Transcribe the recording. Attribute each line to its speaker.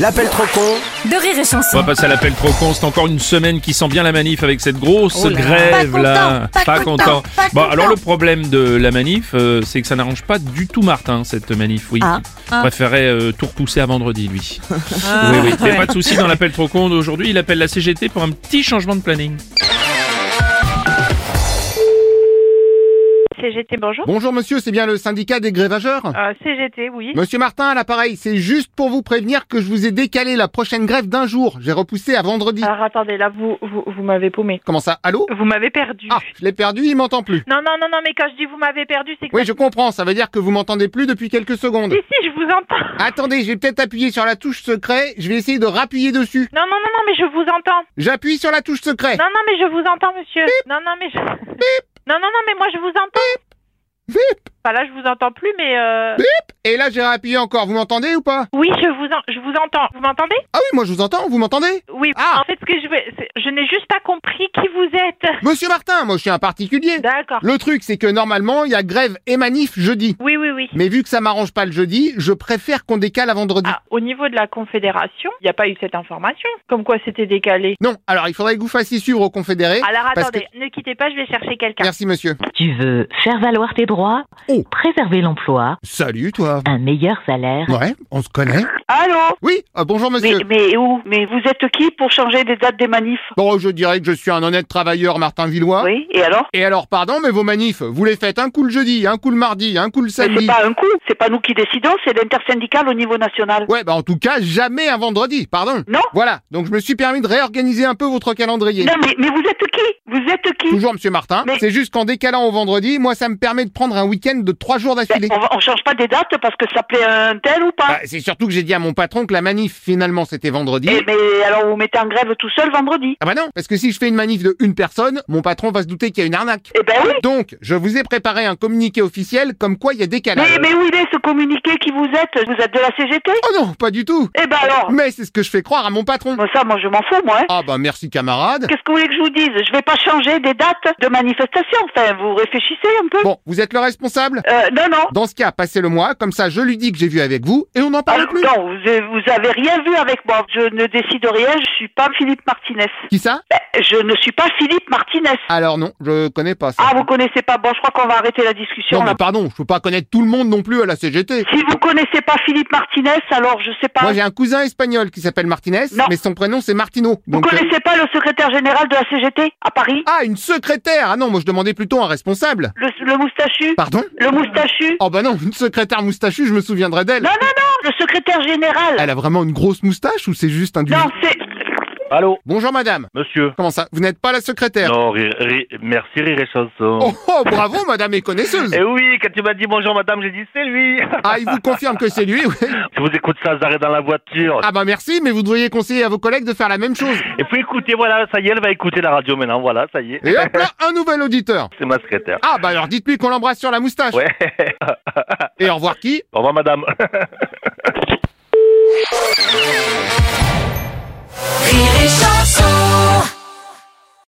Speaker 1: L'appel trop con
Speaker 2: de rire et
Speaker 3: On
Speaker 2: chanson.
Speaker 3: va passer à l'appel trop con. C'est encore une semaine qui sent bien la manif avec cette grosse
Speaker 2: Oh là là.
Speaker 3: grève
Speaker 2: Pas
Speaker 3: là.
Speaker 2: content, pas content, pas
Speaker 3: bon,
Speaker 2: content.
Speaker 3: alors le problème de la manif, euh, c'est que ça n'arrange pas du tout Martin cette manif. Oui.
Speaker 2: Ah.
Speaker 3: Il préférait euh, tout repousser à vendredi lui. oui, oui. Mais pas de souci dans l'appel trop con d'aujourd'hui. Il appelle la CGT pour un petit changement de planning.
Speaker 4: CGT, bonjour.
Speaker 5: Bonjour monsieur, c'est bien le syndicat des grévageurs
Speaker 4: Euh, CGT, oui.
Speaker 5: Monsieur Martin à l'appareil, c'est juste pour vous prévenir que je vous ai décalé la prochaine grève d'un jour. J'ai repoussé à vendredi.
Speaker 4: Alors attendez, là, vous, vous, vous m'avez paumé.
Speaker 5: Comment ça Allô
Speaker 4: Vous m'avez perdu.
Speaker 5: Ah, je l'ai perdu, il m'entend plus.
Speaker 4: Non, non, non, non, mais quand je dis vous m'avez perdu, c'est que...
Speaker 5: Oui, je comprends, ça veut dire que vous m'entendez plus depuis quelques secondes.
Speaker 4: Si, si, je vous entends.
Speaker 5: Attendez, j'ai peut-être appuyé sur la touche secret, je vais essayer de rappuyer dessus.
Speaker 4: Non, non, non, non, mais je vous entends.
Speaker 5: J'appuie sur la touche secret.
Speaker 4: Non, non, mais je vous entends, monsieur. Non, non, mais je... Non, non, non, mais moi, je vous entends.
Speaker 5: Vip
Speaker 4: Enfin, là, je vous entends plus, mais... Euh...
Speaker 5: Et là, j'ai rappuyé encore, vous m'entendez ou pas
Speaker 4: Oui, je vous, en- je vous entends. Vous m'entendez
Speaker 5: Ah oui, moi je vous entends, vous m'entendez
Speaker 4: Oui.
Speaker 5: Ah.
Speaker 4: En fait, ce que je veux... c'est- Je n'ai juste pas compris qui vous êtes.
Speaker 5: Monsieur Martin, moi je suis un particulier.
Speaker 4: D'accord.
Speaker 5: Le truc, c'est que normalement, il y a grève et manif jeudi.
Speaker 4: Oui, oui, oui.
Speaker 5: Mais vu que ça m'arrange pas le jeudi, je préfère qu'on décale à vendredi.
Speaker 4: Ah, au niveau de la Confédération, il n'y a pas eu cette information. Comme quoi, c'était décalé.
Speaker 5: Non, alors il faudrait que vous fassiez suivre aux confédérés.
Speaker 6: Ah,
Speaker 4: Alors
Speaker 5: parce
Speaker 4: attendez, ne quittez pas, je vais chercher quelqu'un.
Speaker 5: Merci monsieur.
Speaker 7: Tu veux faire valoir tes droits,
Speaker 5: Oh.
Speaker 7: préserver l'emploi,
Speaker 5: Salut toi.
Speaker 7: un meilleur salaire.
Speaker 5: Ouais, on se connaît.
Speaker 6: Allô
Speaker 5: Oui, euh, bonjour
Speaker 6: mais,
Speaker 5: monsieur.
Speaker 6: mais où Mais vous êtes qui pour changer les dates des manifs
Speaker 5: Bon, je dirais que je suis un honnête travailleur Martin Villois.
Speaker 6: Oui, et alors
Speaker 5: Et alors pardon, mais vos manifs, vous les faites un coup le jeudi, un coup le mardi, un coup le
Speaker 6: Mais C'est
Speaker 5: samedi.
Speaker 6: pas un coup, c'est pas nous qui décidons, c'est l'intersyndicale au niveau national.
Speaker 5: Ouais, bah en tout cas, jamais un vendredi, pardon.
Speaker 6: Non
Speaker 5: Voilà, donc je me suis permis de réorganiser un peu votre calendrier.
Speaker 6: Non, mais, mais vous êtes qui Vous êtes qui
Speaker 5: Toujours monsieur Martin,
Speaker 6: Mais-
Speaker 5: c'est juste qu'en décalant au vendredi, moi ça me permet de prendre un week-end de trois jours d'affilée.
Speaker 6: Ben, on, va- on change pas des dates parce que ça plaît à un tel ou
Speaker 5: Bah,
Speaker 6: pas
Speaker 5: c'est surtout que j'ai dit à mon patron que la manif finalement c'était vendredi.
Speaker 6: Eh, Mais alors vous mettez en grève tout seul vendredi
Speaker 5: Ah bah non, parce que si je fais une manif de une personne, mon patron va se douter qu'il y a une arnaque.
Speaker 6: Eh ben oui
Speaker 5: Donc, je vous ai préparé un communiqué officiel comme quoi il y a décalage.
Speaker 6: mais, mais où il est ce communiqué qui vous êtes Vous êtes de la CGT
Speaker 5: Oh non, pas du tout
Speaker 6: Eh ben alors
Speaker 5: Mais c'est ce que je fais croire à mon patron.
Speaker 6: Moi, Ça, moi je m'en fous, moi. hein.
Speaker 5: Ah bah merci camarade.
Speaker 6: Qu'est-ce que vous voulez que je vous dise Je vais pas changer des dates de manifestation. Enfin, vous réfléchissez un peu.
Speaker 5: Bon, vous êtes le responsable
Speaker 6: Euh, non, non.
Speaker 5: Dans ce cas, passez-le moi, comme ça je lui dis que j'ai vu avec vous et on n'en parle
Speaker 6: Alors,
Speaker 5: plus.
Speaker 6: non, vous, euh, vous avez rien vu avec moi. Je ne décide rien. Je suis pas Philippe Martinez.
Speaker 5: Qui ça
Speaker 6: Ben, Je ne suis pas Philippe Martinez.
Speaker 5: Alors non, je connais pas ça.
Speaker 6: Ah, vous connaissez pas. Bon, je crois qu'on va arrêter la discussion.
Speaker 5: non mais
Speaker 6: là.
Speaker 5: pardon, je peux pas connaître tout le monde non plus à la CGT.
Speaker 6: Si vous connaissez pas Philippe Martinez, alors je sais pas.
Speaker 5: Moi j'ai un cousin espagnol qui s'appelle Martinez,
Speaker 6: Non.
Speaker 5: mais son prénom c'est Martino.
Speaker 6: vous
Speaker 5: Donc, euh,
Speaker 6: connaissez pas le secrétaire général de la CGT à Paris
Speaker 5: Ah, une secrétaire Ah non, moi je demandais plutôt un responsable.
Speaker 6: le, le moustachu
Speaker 5: Pardon
Speaker 6: Le moustachu
Speaker 5: Oh bah non, une secrétaire moustachue, je me souviendrai d'elle.
Speaker 6: Non, non, non, le secrétaire général.
Speaker 5: Elle a vraiment une grosse moustache ou c'est juste un du...
Speaker 6: Non, c'est.
Speaker 8: Allô,
Speaker 5: Bonjour madame.
Speaker 8: monsieur.
Speaker 5: Comment ça Vous n'êtes pas la secrétaire
Speaker 8: Non, rire- rire- merci rire et chanson.
Speaker 5: oh, oh, bravo madame est connaisseuse.
Speaker 8: Eh oui, quand tu m'as dit bonjour madame, j'ai dit c'est lui.
Speaker 5: Ah, il vous confirme que c'est lui, oui.
Speaker 8: Je vous écoute sans arrêt dans la voiture.
Speaker 5: Ah bah merci, mais vous devriez conseiller à vos collègues de faire la même chose.
Speaker 8: Et puis écoutez, voilà, ça y est, elle va écouter la radio maintenant, voilà, ça y est.
Speaker 5: Et hop là, un nouvel auditeur.
Speaker 8: C'est ma secrétaire.
Speaker 5: Ah bah alors dites-lui qu'on l'embrasse sur la moustache.
Speaker 8: Ouais.
Speaker 5: Et au revoir qui
Speaker 8: Au revoir bah, madame.